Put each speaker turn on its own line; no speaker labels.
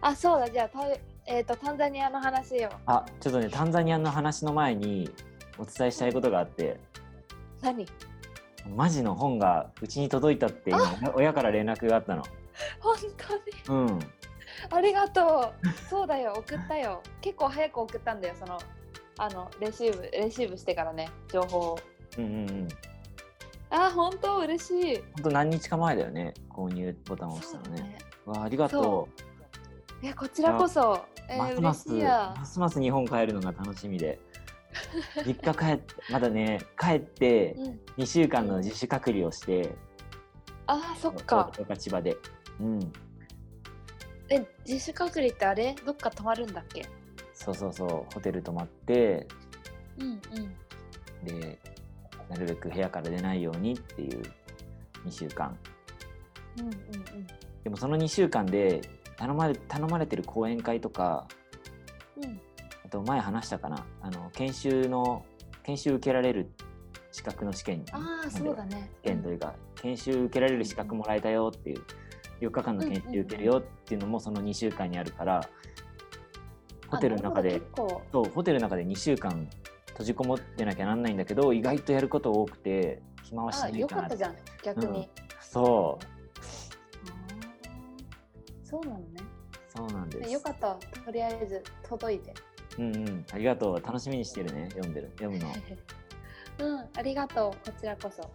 あそうだじゃあタイえっ、とタンザニアの話よ
あちょっとねタンザニアの話の前にお伝えしたいことがあって
何
マジの本がうちに届いたって今親から連絡があったの
本当に
うん
ありがとうそうだよ送ったよ結構早く送ったんだよそのあのレシーブレシーブしてからね情報を
うんうんうん
あ本当嬉しい
ほんと何日か前だよね購入ボタンを押したのねわあありがと
そういやこちらこそ、え
ま
ー
すます
嬉しいや
ますます日本帰るのが楽し みで実家帰ってまだね帰って
うん、
2週間の自主隔離をして
あーそっか
大阪千葉でうん
え自主隔離ってあれどっか泊まるんだっけ
そうそうそうホテル泊まって
うんうん
でなるべく部屋から出ないようにっていう2週間
うんうん
でもその2週間で頼まれ頼まれてる講演会とか
うんうん
あと前話したかなあの研修の研修受けられる資格の試験
ああ
なんだ
そうだね
試験というか研修受けられる資格もらえたよっていう4日間の研修受けるよっていうのもその2週間にあるからホテルの中
あな
で
るほど結構
そうホテルの中で2週間閉じこもってなきゃなんないんだけど意外とやること多くて暇はし
あ
な
あ
い
よ
か
か
な
っ
ったて
じゃん逆に、
そう
あーそうなのね
そうなんです
ねよかったとりあえず届いて
うんうんありがとう楽しみにしてるね読んでる読む の
うんありがとうこちらこそ